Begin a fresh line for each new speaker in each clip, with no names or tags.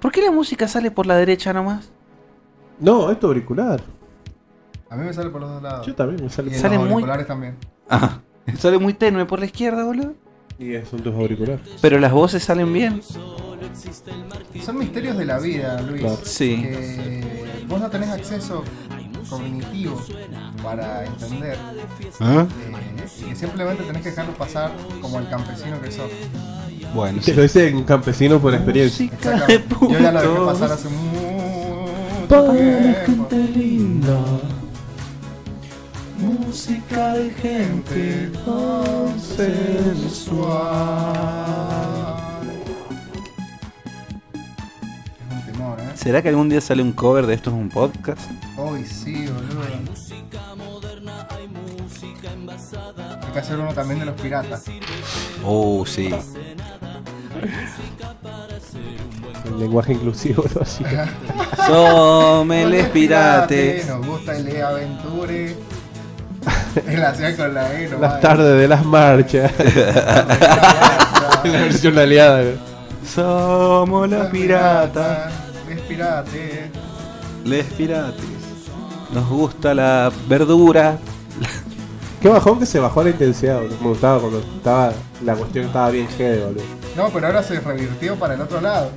¿Por qué la música sale por la derecha nomás?
No, es tu auricular.
A mí me sale por los dos lados.
Yo también me
Y
sale.
en
Sale
los
muy-
auriculares también.
Ah, sale muy tenue por la izquierda, boludo.
Y son tus auriculares.
Pero las voces salen bien.
Son misterios de la vida, Luis.
Claro.
Sí.
Que vos no tenés acceso cognitivo para entender. eh, y que simplemente tenés que dejarlo pasar como el campesino que sos.
Bueno,
Te lo dice un campesino por experiencia.
Música de puto.
Yo ya lo dejé pasar hace mucho tiempo.
linda. Música de gente
Es un temor, ¿eh?
¿Será que algún día sale un cover de esto es un podcast?
Hoy sí, boludo. Hay que hacer uno también de los piratas.
Oh, sí.
El lenguaje inclusivo lo hacía.
Someles pirates.
Nos gusta el E Aventure. Él hacía con la E, no
Las tardes de las marchas.
eh.
la versión aliada. güey.
Somos los piratas.
Es pirate.
Les pirates. Nos gusta la verdura.
Qué bajón que se bajó la intensidad, boludo. Me gustaba cuando estaba. La cuestión estaba bien heavy, boludo.
No, pero ahora se revirtió para el otro lado.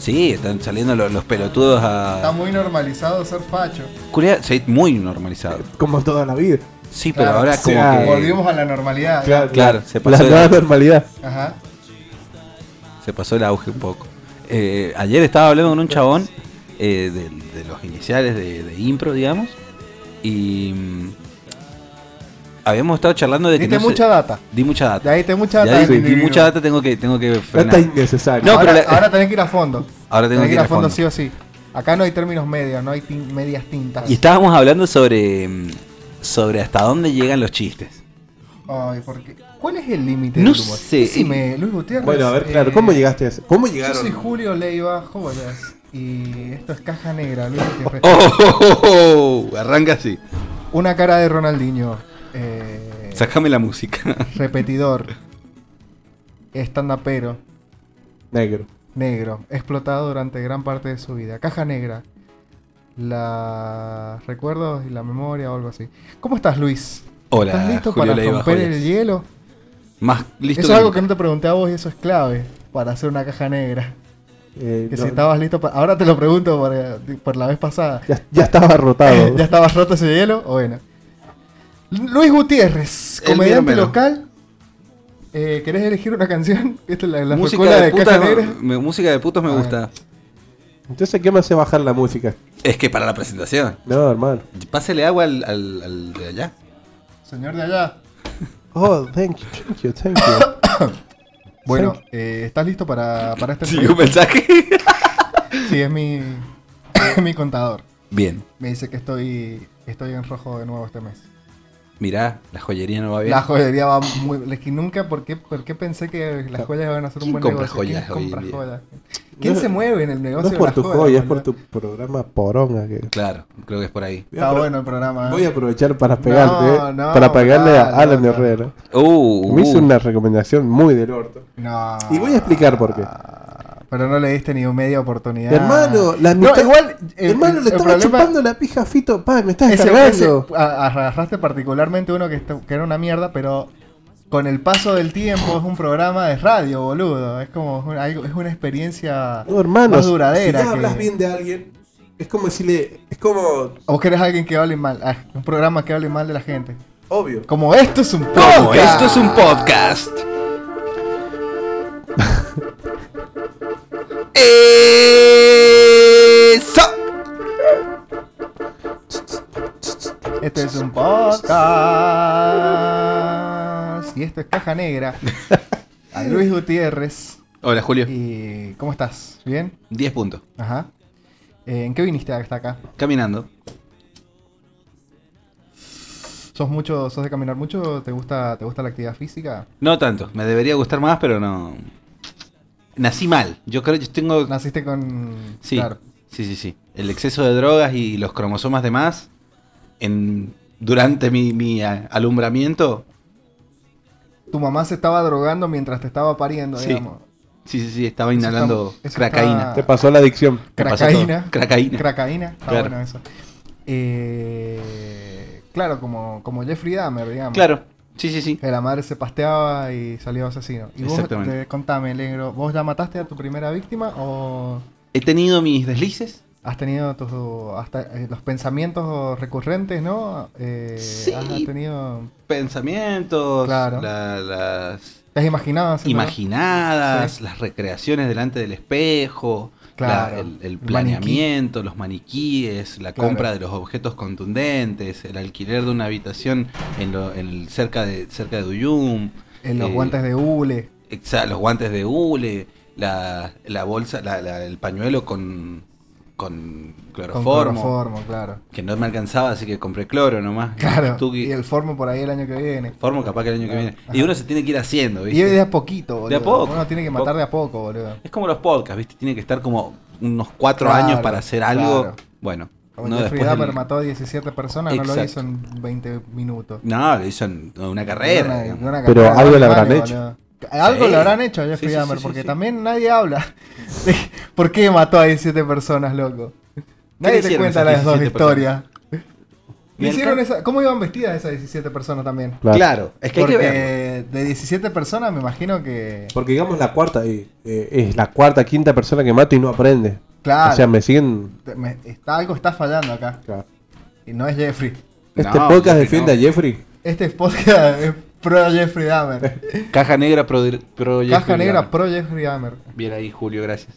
Sí, están saliendo los, los pelotudos
Está
a...
muy normalizado ser facho.
Curia- sí, muy normalizado.
Como toda la vida.
Sí, pero
Claro, ah,
ahora
o
como
sea,
que...
Volvimos a la normalidad.
Claro,
Ah, eh. Claro,
la-
se pasó
La
de-
nueva normalidad.
Ajá.
se pasó el auge un poco. Eh, ayer estaba hablando con un chabón eh, de, de los iniciales de, de impro, digamos, y mm, habíamos estado charlando de que
Diste
no se-
mucha data.
di mucha data.
Ya diste mucha
Ya
data.
di-
del
di
individuo.
mucha data, tengo que tengo que frenar.
Está innecesario.
No,
ahora,
pero la-
ahora tenés que ir a fondo.
Ahora tengo
Tenés
que ir a fondo.
sí o sí. Acá no hay términos medios, no hay tin- medias tintas.
Y estábamos hablando sobre mm, sobre hasta dónde llegan los chistes.
Ay, ¿por qué? ¿Cuál es el límite
No
del humor?
sé.
Decime, Luis Gutiérrez.
Bueno, a ver,
eh,
claro, ¿cómo llegaste a eso? ¿Cómo
Yo
llegaron?
soy Julio Leiva Joyas y esto es Caja Negra, Luis Gutiérrez.
Oh, oh, oh, oh, arranca así.
Una cara de Ronaldinho. eh,
Sácame la música.
repetidor. Estandapero.
Negro.
Negro. Explotado durante gran parte de su vida. Caja Negra. La... Recuerdos y la memoria o algo así. ¿Cómo estás, Luis?
Hola,
¿Estás listo
Julio
para
Leiva
romper
Joyas.
el hielo?
Más listo.
Eso es algo que no te pregunté a vos y eso es clave para hacer una caja negra.
Eh,
Que
no,
si estabas listo para... Ahora te lo pregunto por, eh, por la vez pasada.
ya, ya estaba rotado.
¿Ya estabas roto ese hielo? Bueno. Luis Gutiérrez,
El
comediante
mero mero.
local. Eh, ¿Querés elegir una canción? Esta es la, la
música
rocola
de, putas,
caja negra. Ah.
me- música de putos me
A ver.
gusta.
Entonces, ¿qué me hace bajar la música?
Es que para la presentación.
No, hermano.
Pásele agua al, al- al de allá.
Señor de allá.
Oh, thank you, thank you, thank you.
Bueno, eh, ¿estás listo para, para este
Sigue un mensaje.
Sí, es mi, es mi contador.
Bien.
Me dice que estoy, estoy en rojo de nuevo este mes.
Mirá, la joyería no va bien.
La joyería va muy... Es que nunca, ¿por qué, por qué pensé que las joyas iban a ser un
¿Quién
buen
compra
negocio?
joyas hoy en
compra
día?
joyas? ¿Quién
No-
se mueve en el
No
negocio
es
de
por
las
tu
joyas,
joya, es por
boludo?
tu programa poronga. Que...
Claro, creo que es por ahí.
Está
Voy a-
bueno el programa. ¿eh?
Voy a aprovechar para pegarte, eh,
no,
para pegarle
no,
a Alan
no.
Herrera.
Uh,
Me hizo
uh.
una recomendación muy del orto.
No.
Y voy a explicar por qué.
Pero no le diste ni media oportunidad.
Hermano, la
no,
mitad-
igual. el-
Hermano, le
el
estaba
problema-
chupando la pija a Fito. Pa, me estás
ese, ese,
cargando.
a- agarraste particularmente uno que, está- que era una mierda, pero con el paso del tiempo es un programa de radio, boludo. Es como un- algo- es una experiencia
No, Oh, hermano.
más duradera.
Si ya
que-
hablas bien de alguien, es como decirle. Es como.
O querés alguien que hable mal. ah, un programa que hable mal de la gente.
Obvio.
Como esto es un podcast.
Como esto es un podcast. Eso.
Este es un podcast. Y esto es Caja Negra. A Luis Gutiérrez.
Hola, Julio.
Y, ¿Cómo estás? ¿Bien?
10 puntos.
Ajá. Eh, ¿En qué viniste hasta acá?
Caminando.
¿Sos mucho, sos de caminar mucho? ¿Te gusta, te gusta la actividad física?
No tanto. Me debería gustar más, pero no. Nací mal. Yo creo que tengo.
Naciste con.
Sí,
claro.
sí, sí, sí. El exceso de drogas y los cromosomas de más en, durante mi, mi, ah, alumbramiento.
Tu mamá se estaba drogando mientras te estaba pariendo,
Sí.
digamos.
Sí, sí, sí, estaba inhalando
Eso está-
cracaína.
Te pasó la adicción.
Me pasó
Cracaína.
todo. Cracaína.
Cracaína. Está
Claro.
bueno eso. Eh, claro, como, como Jeffrey Dahmer, digamos.
Claro, sí, sí, sí.
Que la madre se pasteaba y salía asesino. Y vos,
Exactamente.
te- contame, negro, ¿vos ya mataste a tu primera víctima o
He tenido mis deslices.
has tenido tus, hasta, eh, los pensamientos recurrentes, no? Eh,
Sí.
Has tenido...
Pensamientos,
Claro.
la- las
¿Te has imaginado? haciéndolo?
imaginadas,
Sí.
las recreaciones delante del espejo,
Claro,
la- el, el
el
planeamiento, los maniquíes, la
Claro.
compra de los objetos contundentes, el alquiler de una habitación en lo- en el- cerca de cerca de Duyum,
En los
eh,
guantes de hule.
exa- los guantes de hule, la, la bolsa, la- la- el pañuelo con, con
Con
cloroformo,
cloroformo, claro.
que no me alcanzaba, así que compré cloro nomás.
Claro.
Tuki.
Y el formo por ahí el año que viene.
Formo capaz que el año que viene.
Ajá.
Y uno se tiene que ir haciendo, ¿viste?
Y es de a poquito, boludo.
De a poco.
Uno tiene que matar de a poco, boludo.
Es como los podcasts, ¿viste? Tiene que estar como unos cuatro
Claro,
años para hacer algo.
claro.
Bueno,
Como
no
Jeffrey
después.
Dahmer
del-
mató a 17 personas, no lo
Exacto.
hizo en 20 minutos.
No, le hizo en- una carrera.
Una-
digamos.
una
Pero
carrera
algo
de
le
baile,
habrán
boludo. Algo
Sí.
le habrán hecho a Jeffrey
Sí, sí,
Dahmer,
sí,
porque
sí.
también nadie habla. de ¿Por qué mató a 17 personas, loco? Nadie te
hicieron
cuenta
esas
las dos
17
historias. ¿Qué
Y el
hicieron
ca-
esa- ¿Cómo iban vestidas esas 17 personas también?
Claro. es que hay que
Porque
ver.
de 17 personas me imagino que...
Porque digamos la cuarta, eh, eh, es la cuarta, quinta persona que mato y no aprende.
Claro,
O sea, me siguen.
te- me- está, algo está fallando acá. Y no es Jeffrey.
Este
No,
podcast
no.
defiende a Jeffrey.
Este podcast es pro Jeffrey Dahmer.
Caja negra pro. pro
Caja
Jeffrey
negra
Dahmer.
pro Jeffrey Dahmer.
Bien ahí, Julio, gracias.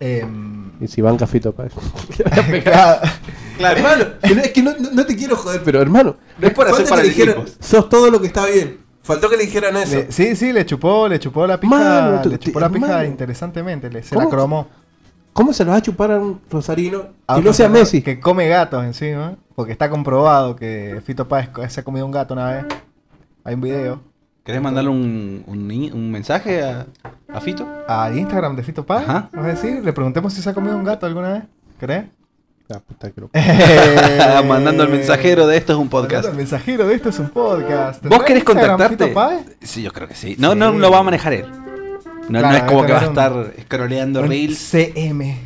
Em,
Y si van cafito, pa.
claro.
hermano, que no- es que no, no- no te quiero joder, pero hermano.
No es por hacer
falta que le dijeran,
paralelismos.
Sos todo lo que está bien. Faltó que le dijeran eso.
Le- sí, sí, le chupó, le chupó la pija,
Mano, te-
le chupó
te-
la pija
hermano.
interesantemente, le, se
¿Cómo?
la cromó.
¿Cómo se los va a chupar a un rosarino
A
que
un
no sea
personaje
Messi?
Que come gatos encima, porque está comprobado que Fito Páez co- se ha comido un gato una vez. Hay un video.
¿Querés mandarle un, un, i- un mensaje a, a Fito?
Al Instagram de Fito Páez,
Ajá.
vamos a decir, le preguntemos si se ha comido un gato alguna vez, ¿crees?
La Ah, puta que lo-
Eh. Mandando el mensajero de esto es un
Eh, Mandando
podcast.
El mensajero de esto es un podcast.
¿Vos
¿Tendrá
querés
Instagram
contactarte?
Fito Páez?
Sí, yo creo que sí. No,
Sí.
no lo va a manejar él. No,
Claro,
no es como
debe
que va a
tener un-
estar scrolleando
Un
reels.
CM.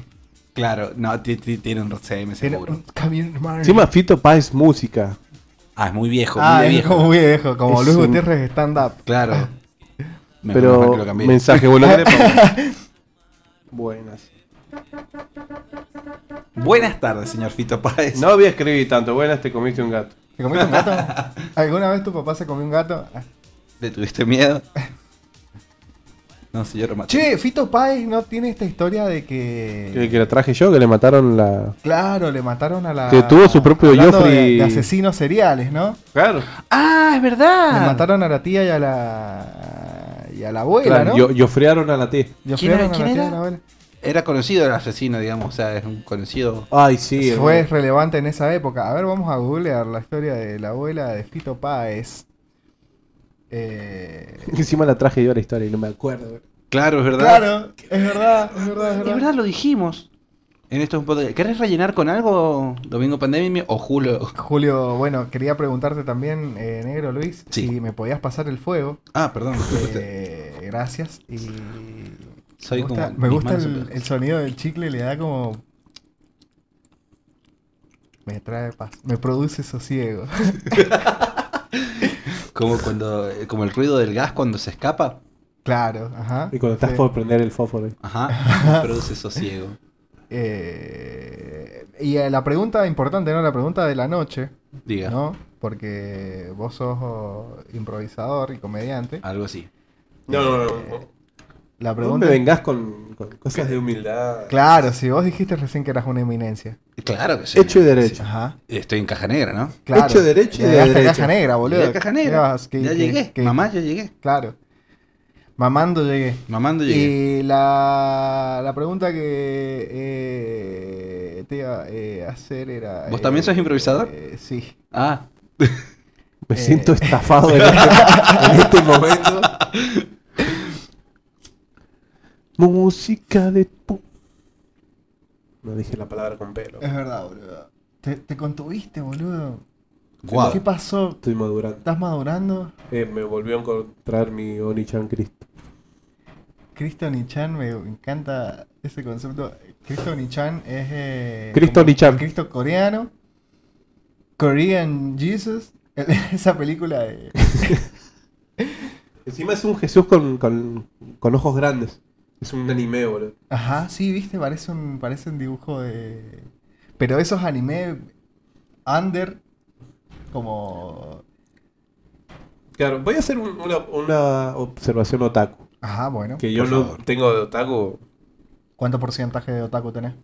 Claro, no, ti- ti- tiene un CM
Tiene
seguro.
un camión hermano.
Encima Fito Páez música.
Ah, es muy viejo,
Ah,
muy
es
viejo.
como Ah. muy viejo, como
Es
Luis
un-
Gutiérrez stand-up.
Claro. Menos mal
pero
que lo cambié.
mensaje, bueno, ¿qué le pongo? Buenas.
Buenas tardes, señor Fito Páez.
No había escribir tanto. Buenas, te comiste un gato.
¿Te comiste un gato? ¿Alguna vez tu papá se comió un gato?
¿Le tuviste miedo? No, señor lo maté.
Che, Fito Páez no tiene esta historia de
Eh.
Que,
que.
que lo traje yo, que le mataron la.
Claro, le mataron a la.
Que tuvo su propio
hablando de-
Joffrey.
De, asesinos seriales, ¿no?
Claro.
¡Ah, es verdad!
Le mataron a la tía y a la. y a la abuela,
claro
¿no?
yo, yofrearon a la tía.
Yo
¿Quién era-
a la
quién
tía y
era?
a la abuela.
Era conocido el asesino, digamos. O sea, es un conocido.
Ay, sí. eh,
Fue
hermano.
relevante en esa época. A ver, vamos a googlear la historia de la abuela de Fito Páez. Eh,
Encima la traje yo a la historia y no me acuerdo.
Claro, es verdad.
Claro, es verdad, es verdad, es
Es verdad,
verdad.
lo dijimos. En esto es un podcast. ¿Querés rellenar con algo, Domingo Pandemia o Julio?
Julio, bueno, quería preguntarte también, eh, Negro Luis,
Sí.
si me podías pasar el fuego.
Ah, perdón.
Eh, gracias. Y
Soy
me gusta,
como-
me
mis
gusta
manos son
el,
peor.
el sonido del chicle, le da como... Me trae paz, me produce sosiego.
Como cuando, eh, como el ruido del gas cuando se escapa.
claro, ajá.
Y cuando estás
Sí.
por prender el fósforo.
Ajá. Produce sosiego.
Eh, y eh, la pregunta importante, ¿no? La pregunta de la noche,
Diga.
¿no? Porque vos sos oh, improvisador y comediante.
Algo así.
No, no,
La
No
pregunta
me vengas con, con cosas de humildad.
Claro, si vos dijiste recién que eras una eminencia.
Claro que sí.
Hecho y derecho.
Ajá.
Estoy en caja negra, ¿no?
Claro.
Hecho derecho y de
Llegaste a
derecha.
caja negra, boludo.
Llegué a caja negra.
¿Qué vas? ¿Qué-
ya
qué-
llegué.
qué-
Mamá, ya llegué.
Claro. Mamando llegué.
Mamando llegué.
Y la, la pregunta que eh, te iba a eh, hacer era...
¿Vos
eh,
también sos improvisador?
eh, sí.
Ah,
Me
Eh.
siento estafado en este, en este momento. Música de pu... No dije la palabra con pelo.
Es verdad, boludo. Te, te contuviste, boludo.
Guau.
¿Qué pasó?
Estoy madurando.
¿Estás madurando?
Eh, me volvió a encontrar mi Oni-chan Cristo.
Cri- Cristo Nichan, me encanta ese concepto. Cristo Nichan es. Eh,
Cristo
como
Nichan.
Cristo coreano. Korean Jesus. Esa película de.
Encima es un Jesús con, con, con ojos grandes. Es un anime, boludo.
Ajá, sí, viste, parece un, parece un dibujo de. Pero esos anime under, como.
Claro, voy a hacer un- una, una observación otaku.
Ajá, bueno.
Que yo
Por
no
favor.
tengo de otaku
¿Cuánto porcentaje de otaku tenés?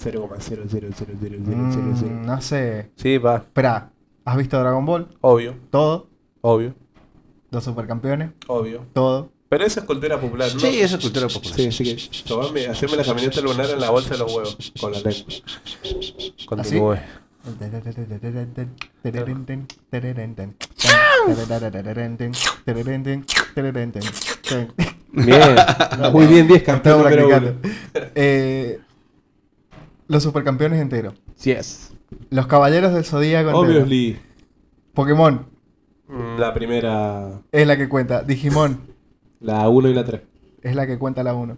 0,00000.
Mm, no sé.
Sí, va,
Espera, ¿has visto Dragon Ball?
obvio,
Todo.
obvio,
Los supercampeones.
obvio.
Todo.
Pero eso es cultura popular, ¿no?
Sí, eso es cultura popular.
Sí, así que tomarme, hacerme la camioneta lunar en la bolsa de los huevos. Con la lengua. Continúe. Bien, muy bien, 10 campeón
Estaba
número uno.
practicando. Eh, los supercampeones enteros.
Yes.
Los caballeros del zodíaco enteros.
Obviously,
Pokémon
mm, la primera,
es la que cuenta. Digimon
la 1 y la 3.
es la que cuenta la 1.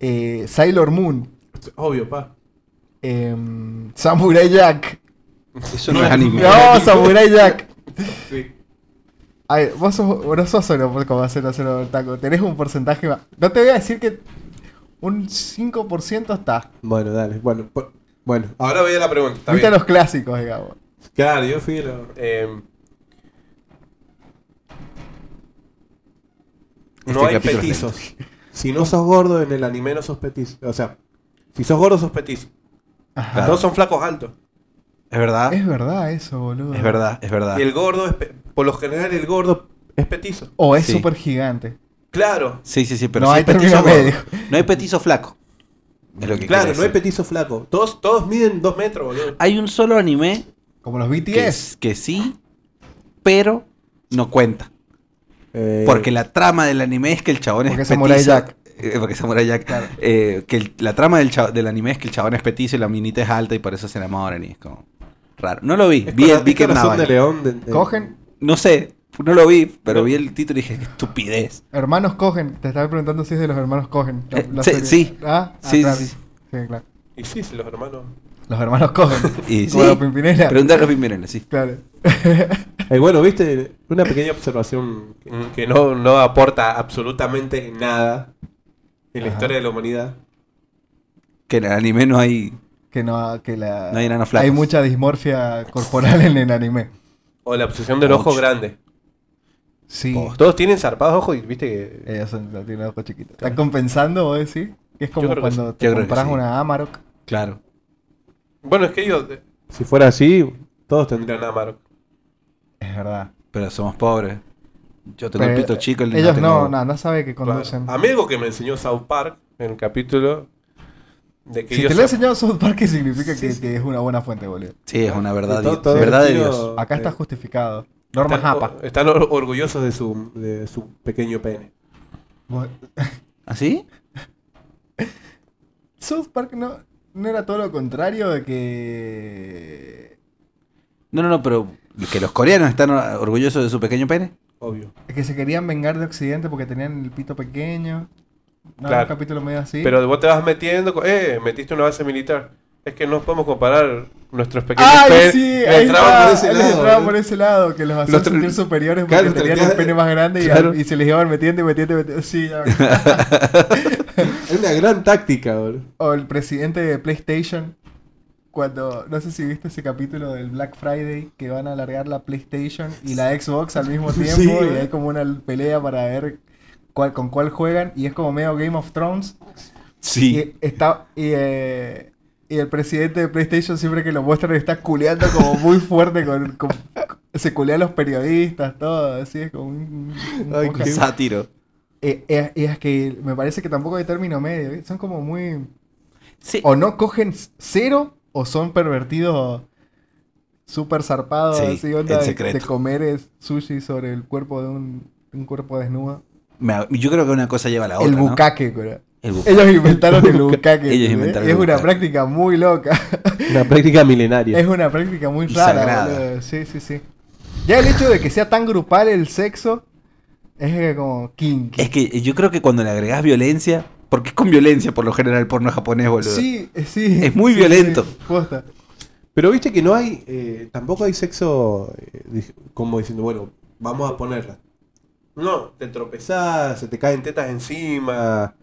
Eh, Sailor Moon.
Obvio, pa.
em, Samurai Jack.
Eso no es anime.
No, Samurai Jack.
Sí.
Ay, vos sos, no sos solo por como hacerlo solo el taco. Tenés un porcentaje más. No te voy a decir que un 5% está.
Bueno, dale, bueno. po- Bueno, ahora voy a la pregunta. está
Viste
bien.
los clásicos, digamos.
Claro, yo fui lo- eh,
Este
no hay
capítulo es
petizos. Si no sos gordo en el anime no sos petizo. O sea, si sos gordo sos petizo.
Ajá.
Todos son flacos altos.
Es verdad,
Es verdad eso, boludo.
Ah. es verdad, es verdad.
Y el gordo es pe- por lo general el gordo es petizo.
O Oh, es
Sí.
súper gigante.
Claro.
Sí, sí, sí, pero
No
sí
hay término
gordo.
medio.
No hay petizo flaco. Es lo que
Claro,
quiere
no hay
decir.
petizo flaco. Todos, todos miden dos metros, boludo.
Hay un solo anime
Como los
que,
BTS.
que sí, pero no cuenta. Porque la trama del anime es que el chabón
Porque
es
Samurai
petizo.
Jack.
Eh, porque Samurai Jack. Eh, que el- la trama del, chab- del anime es que el chabón es petizo y la minita es alta y por eso se enamoran y es como raro. No lo vi,
Es
vi,
corazón-
vi
es
que
corazón
nada.
de león. de- de-
Cogen.
No sé, no lo vi, pero vi el título y dije, "Qué estupidez.
Hermanos Cogen. Te estaba preguntando si es de los hermanos Cogen.
Eh, sí, sí.
¿Ah? Ah,
Sí,
claro.
sí,
sí,
sí.
claro.
Y sí, sí, los hermanos.
Los hermanos Cogen.
Y
Como
sí.
los Pimpinela.
Preguntar a los Pimpinela, sí.
Claro.
Eh, bueno, viste, una pequeña observación que- que no, no aporta absolutamente nada en la
Ajá.
historia de la humanidad.
Que en el anime no hay.
que no, que la,
No hay enanos flacos.
Hay mucha dismorfia corporal en el anime.
O la obsesión del
Ouch.
ojo grande.
Sí.
Posta.
Todos tienen zarpados ojos y viste que.
Ellos son, tienen los ojos chiquitos. ¿Están compensando, vos decís? Que es como
creo que
sí.
cuando
Yo
te
creo que
compras
sí.
una Amarok.
Claro.
Bueno, es que ellos.
Si fuera así,
Todos tendrían Amarok.
Es verdad.
Pero somos pobres. Yo tengo
Pero, eh,
el pito chico. el
Ellos
tengo-
no, no, no sabe que conducen.
Claro. A mí algo que me enseñó South Park en el capítulo. De que
Si
ellos.
te lo he enseñado South Park, significa
Sí,
que,
sí.
que es una buena fuente, boludo.
Sí, es una verdad.
Todo-
di-
todo
verdad de
estilo-
Dios.
Acá
Eh,
está justificado. Norma
están,
Japa.
o- están or- orgullosos de su, de su pequeño pene.
Vos-
¿Así?
South Park no, no era todo lo contrario de que.
No, no, no, pero que los coreanos están orgullosos de su pequeño pene.
Obvio.
que se querían vengar de Occidente porque tenían el pito pequeño. No,
Claro.
un capítulo medio así.
Pero vos te vas metiendo. con- Eh, metiste una base militar. Es que no podemos comparar nuestros pequeños
¡Ay,
penes.
sí!
Le
Ahí
entraban
está,
por ese
les
lado,
entraba
¿no?
por ese lado, que los hacían
Los tra-
sentir superiores porque
Claro, los
tenían
trateaban-
un pene más grande y,
Claro.
y se les iban metiendo y metiendo y metiendo. Sí, ya.
Es una gran táctica, boludo.
O el presidente de PlayStation, cuando, no sé si viste ese capítulo del Black Friday, que van a alargar la PlayStation y la Xbox al mismo
Sí,
tiempo y
eh.
hay como una pelea para ver cuál, con cuál juegan y es como medio Game of Thrones
Sí.
y, está, y, eh, y el presidente de PlayStation siempre que lo muestran está culeando como muy fuerte con... con- se culea a los periodistas, todo, así es como un... un-
Ay,
un-
qué-
Sátiro.
Eh, eh, y es que me parece que tampoco hay término medio, ¿eh? son como muy...
Sí.
O no cogen cero o son pervertidos súper zarpados,
Sí,
así onda
el
de,
secreto.
de comer es sushi sobre el cuerpo de un, un cuerpo desnudo.
Me- yo creo que una cosa lleva a la otra.
el
¿no?
bucaque, cura.
El bu-
Ellos inventaron el bucaque.
Ellos
¿eh?
inventaron
es
el
una
bucaque.
práctica muy loca.
una práctica milenaria.
Es una práctica muy
Y
rara,
sagrada.
boludo. Sí, sí, sí. Ya el hecho de que sea tan grupal el sexo Es eh, como kinky.
Es que yo creo que cuando le agregás violencia, porque es con violencia por lo general el porno japonés, boludo.
Sí, eh, sí.
Es muy
sí,
violento.
sí, posta.
Pero viste que no hay, eh, tampoco hay sexo eh, dij- como diciendo, bueno, vamos a ponerla. No, te tropezás, se te caen tetas encima.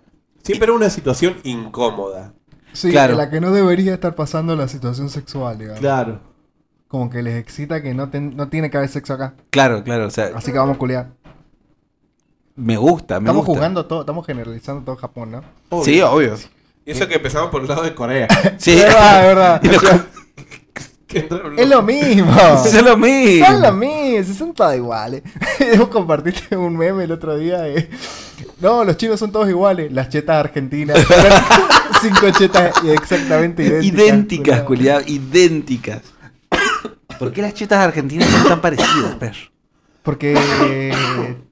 Siempre es una situación incómoda.
Sí,
Claro.
en la que no debería estar pasando la situación sexual, digamos.
Claro.
Como que les excita que no, ten- no tiene que haber sexo acá.
Claro, claro, o sea,
Así que vamos a culiar.
me gusta, me
Estamos
gusta.
jugando todo, estamos generalizando todo Japón, ¿no?
Sí, obvio.
Y eso que empezamos por el lado de Corea.
Sí.
Es verdad, es verdad.
Y lo-
Que entra-
Es lo mismo.
Son lo mismo.
Son las mismas, son todas iguales. Vos compartiste un meme el otro día de. No, los chinos son todos iguales. Las chetas argentinas. Cinco chetas exactamente idénticas.
Idénticas,
culiao.
culiado, idénticas. ¿Por qué las chetas argentinas son tan parecidas, perro?
Porque eh,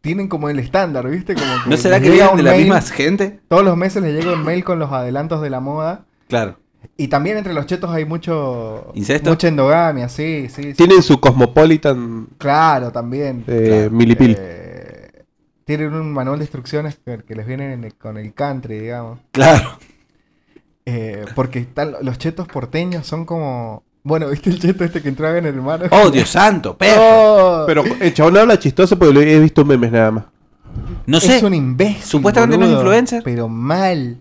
tienen como el estándar, ¿viste? Como
¿No será
les
que
llega
vienen
un
de la
mail,
misma gente?
Todos los meses les llega un mail con los adelantos de la moda.
Claro.
Y también entre los chetos hay mucho.
¿Incesto?
Mucha endogamia, sí, sí. sí.
Tienen su Cosmopolitan
Claro, también.
eh,
Claro.
Milipil.
Eh, tienen un manual de instrucciones que, que les vienen en el- con el country, digamos.
Claro.
Eh, porque están, los chetos porteños son como. Bueno, ¿viste el cheto este que entraba en el mar?
Oh, Dios santo, perro.
Oh,
Pero el chabón habla chistoso porque lo he visto memes nada más.
No
es
sé,
un imbécil.
Supuestamente no es
boludo,
influencer.
Pero mal.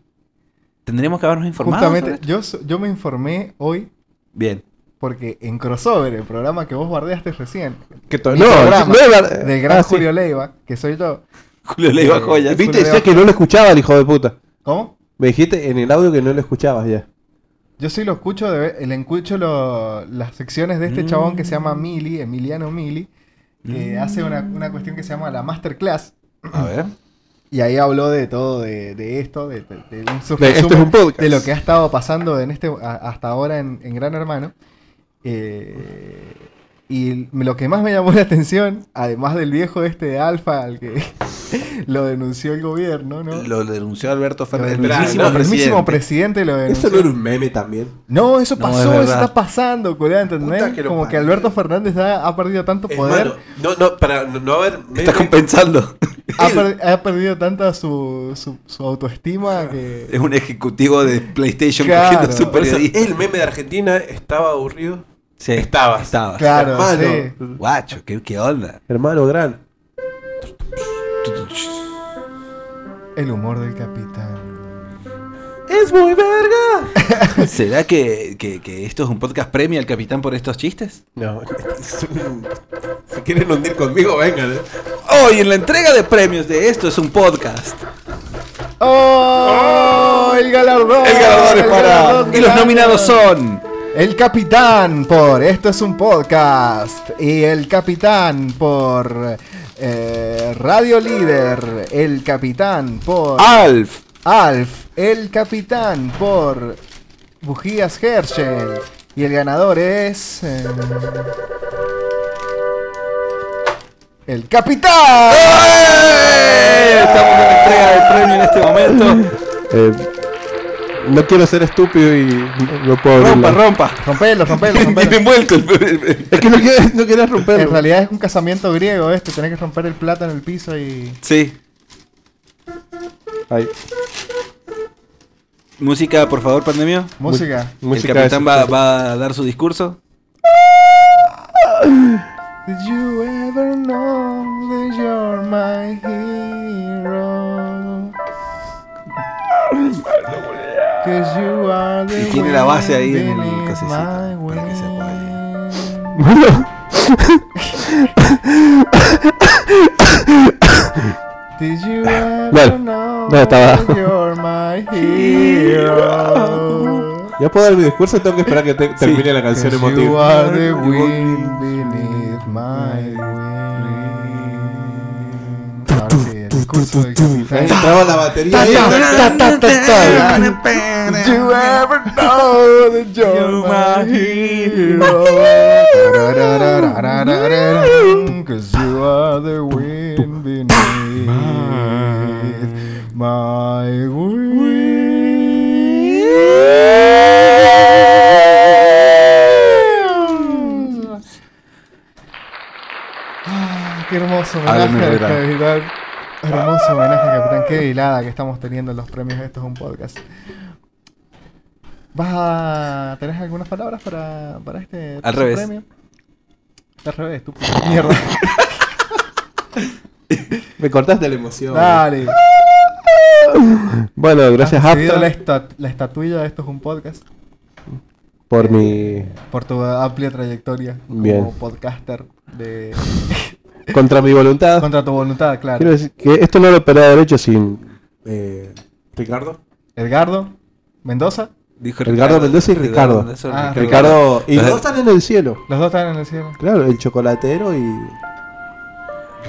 tendremos que habernos informado. sobre
Justamente,
esto.
yo, so- yo me informé hoy
Bien.
porque en Crossover, el programa que vos guardaste recién,
Que to-
Mi
no,
programa
no es verdad.
del gran
Ah, sí.
Julio Leiva, que soy yo.
Julio le iba a joyas.
Viste,
Julio
decía que no lo escuchaba el hijo de puta.
¿Cómo?
Me dijiste en el audio que no lo escuchabas ya.
Yo sí lo escucho, de, ve- le escucho lo- las secciones de este
Mm.
chabón que se llama Mili, Emiliano Mili, que hace una, una cuestión que se llama la Masterclass.
A ver.
Y ahí habló de todo, de, de esto, de, de- de un
De,
subresumen
esto es un podcast.
de lo que ha estado pasando en este, a- hasta ahora en, en Gran Hermano. Eh, y lo que más me llamó la atención, además del viejo este de Alfa, al que lo denunció el gobierno, ¿no?
Lo denunció Alberto Fernández.
el,
El mismísimo
Pero,
mismo, el
presidente.
mismo presidente lo denunció.
Eso no era un meme también.
No, eso
No,
pasó,
es
eso
verdad.
está pasando, colega, ¿entendés?
Puta que lo
Como que
parió.
Alberto Fernández ha, ha perdido tanto
Es
poder,
malo. Eh, No, no, para no- no haber meme.
Está compensando.
ha, per- ha perdido tanta su, su, su autoestima que...
Es un ejecutivo de PlayStation
Claro.
cogiendo a su
Por eso,
periodista.
el meme de Argentina estaba aburrido.
Sí.
Estabas.
Estabas.
Claro,
Hermano.
sí.
Guacho, ¿qué, qué onda?
Hermano gran.
El humor del capitán.
Es muy verga.
¿Será que, que- que esto es un podcast premio al capitán por estos chistes?
No. si quieren hundir conmigo, vengan. eh.
Hoy en la entrega de premios de esto es un podcast.
¡Oh! ¡El galardón!
El ganador es
¡El
para.
galardón
Y los
del
nominados
año!
son.
El capitán por Esto es un podcast. Y el capitán por eh, Radio Líder. El capitán por...
Alf.
Alf, el capitán por Bujías Herschel. Y el ganador es. eh, el capitán.
¡Eh! Estamos en la entrega de premio en este momento.
Eh, no quiero ser estúpido y no puedo
Rompa,
abrirlo.
rompa.
Rompelo, rompelo,
Bien
rompelo.
envuelto el.
Es que no quieres, no quieres romperlo.
En realidad es un casamiento griego este. Tenés que romper el plato en el piso y.
Sí.
Ay,
Música, por favor, pandemia.
Música.
música
el capitán
de-
va, va a dar su discurso.
Did you ever know that you're my hero? 'Cause you are the
Y tiene la base ahí en el
wind in
cosecito,
my
para que se
way. Did you ever
Bueno,
know
no, estaba-
that you're my hero?
Ya puedo dar mi discurso, tengo que esperar que te- termine la canción
'Cause You Mm.
emotiva.
are the wind beneath my wings. Ahora sí, el discurso del capitán.
Entraba la batería. ahí,
Did you ever know that you're my hero? Cause you are the wind beneath my wings. Ah, Qué hermoso homenaje
Háblame,
al Ah,
Verán.
capitán. Hermoso homenaje, capitán. Qué velada que estamos teniendo en los premios. Esto es un podcast. ¿Vas a. ¿Tenés algunas palabras para, para este
Al
tercer
revés.
premio? Al revés, estúpido. Mierda.
Me cortaste la emoción.
Dale. Ah,
Bueno, gracias,
Has recibido
Aptra,
la, estat- la estatuilla de Esto es un podcast.
por mi
Por tu amplia trayectoria
Bien.
como podcaster. De...
contra mi voluntad.
Contra tu voluntad, claro.
Quiero decir que esto no lo operaba derecho sin
Eh, Ricardo.
Edgardo Mendoza.
Dijo
Ricardo Mendoza y Ricardo.
Mendoza y
Ah,
Ricardo. Y
Los-
los dos están en el cielo.
Los dos están en el cielo.
Claro, el chocolatero y.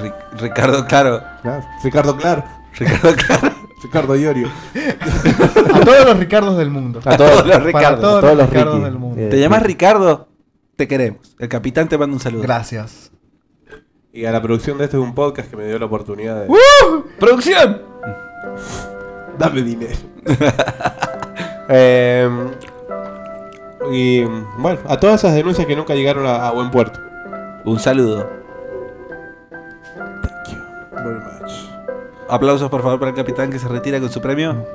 Ri- Ricardo, claro.
Claro. Ricardo Claro.
Ricardo, claro.
Ricardo Iorio.
A todos los Ricardos del mundo.
A todos los
Para
Ricardo.
todos,
a todos
los
los
Ricardos
Ricky.
del mundo.
Eh,
¿Te llamas Ricardo? Te queremos. El capitán te manda un saludo.
Gracias.
Y a la producción de este es un podcast que me dio la oportunidad de.
¡Producción!
Dame dinero. Eh, y bueno, a todas esas denuncias que nunca llegaron a, a buen puerto.
Un saludo.
Thank you very much.
Aplausos, por favor, para el capitán que se retira con su premio.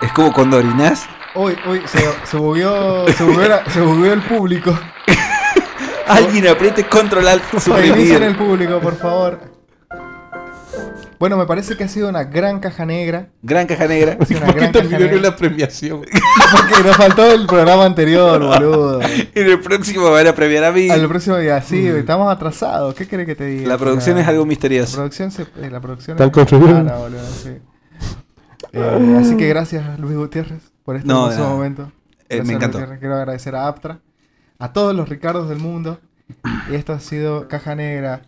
Es como cuando orinás.
Uy, uy, se, se bugueó, se, bugueó la- se bugueó el público.
Alguien apriete control alt
Reinician el
suprimir.
público, por favor. Bueno, me parece que ha sido una gran caja negra.
Gran caja negra.
Ha sido una
¿Por qué
gran caja
terminó en
negra.
una premiación?
Porque nos faltó el programa anterior, boludo.
En el próximo van a premiar a mí.
Al próximo día, sí, estamos atrasados. ¿Qué crees que te diga?
Mm. La producción es algo
La
misterioso.
producción, se, eh, la producción
Están
es muy
construyendo.
cara, boludo, sí. Eh, así que gracias, Luis Gutiérrez, por este
No, de
hermoso
nada.
momento.
Eh,
Gracias,
me
Luis
encantó.
Gutiérrez. Quiero agradecer a Aptra, a todos los Ricardos del mundo. Y esto ha sido Caja Negra.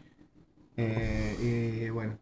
Eh, y bueno.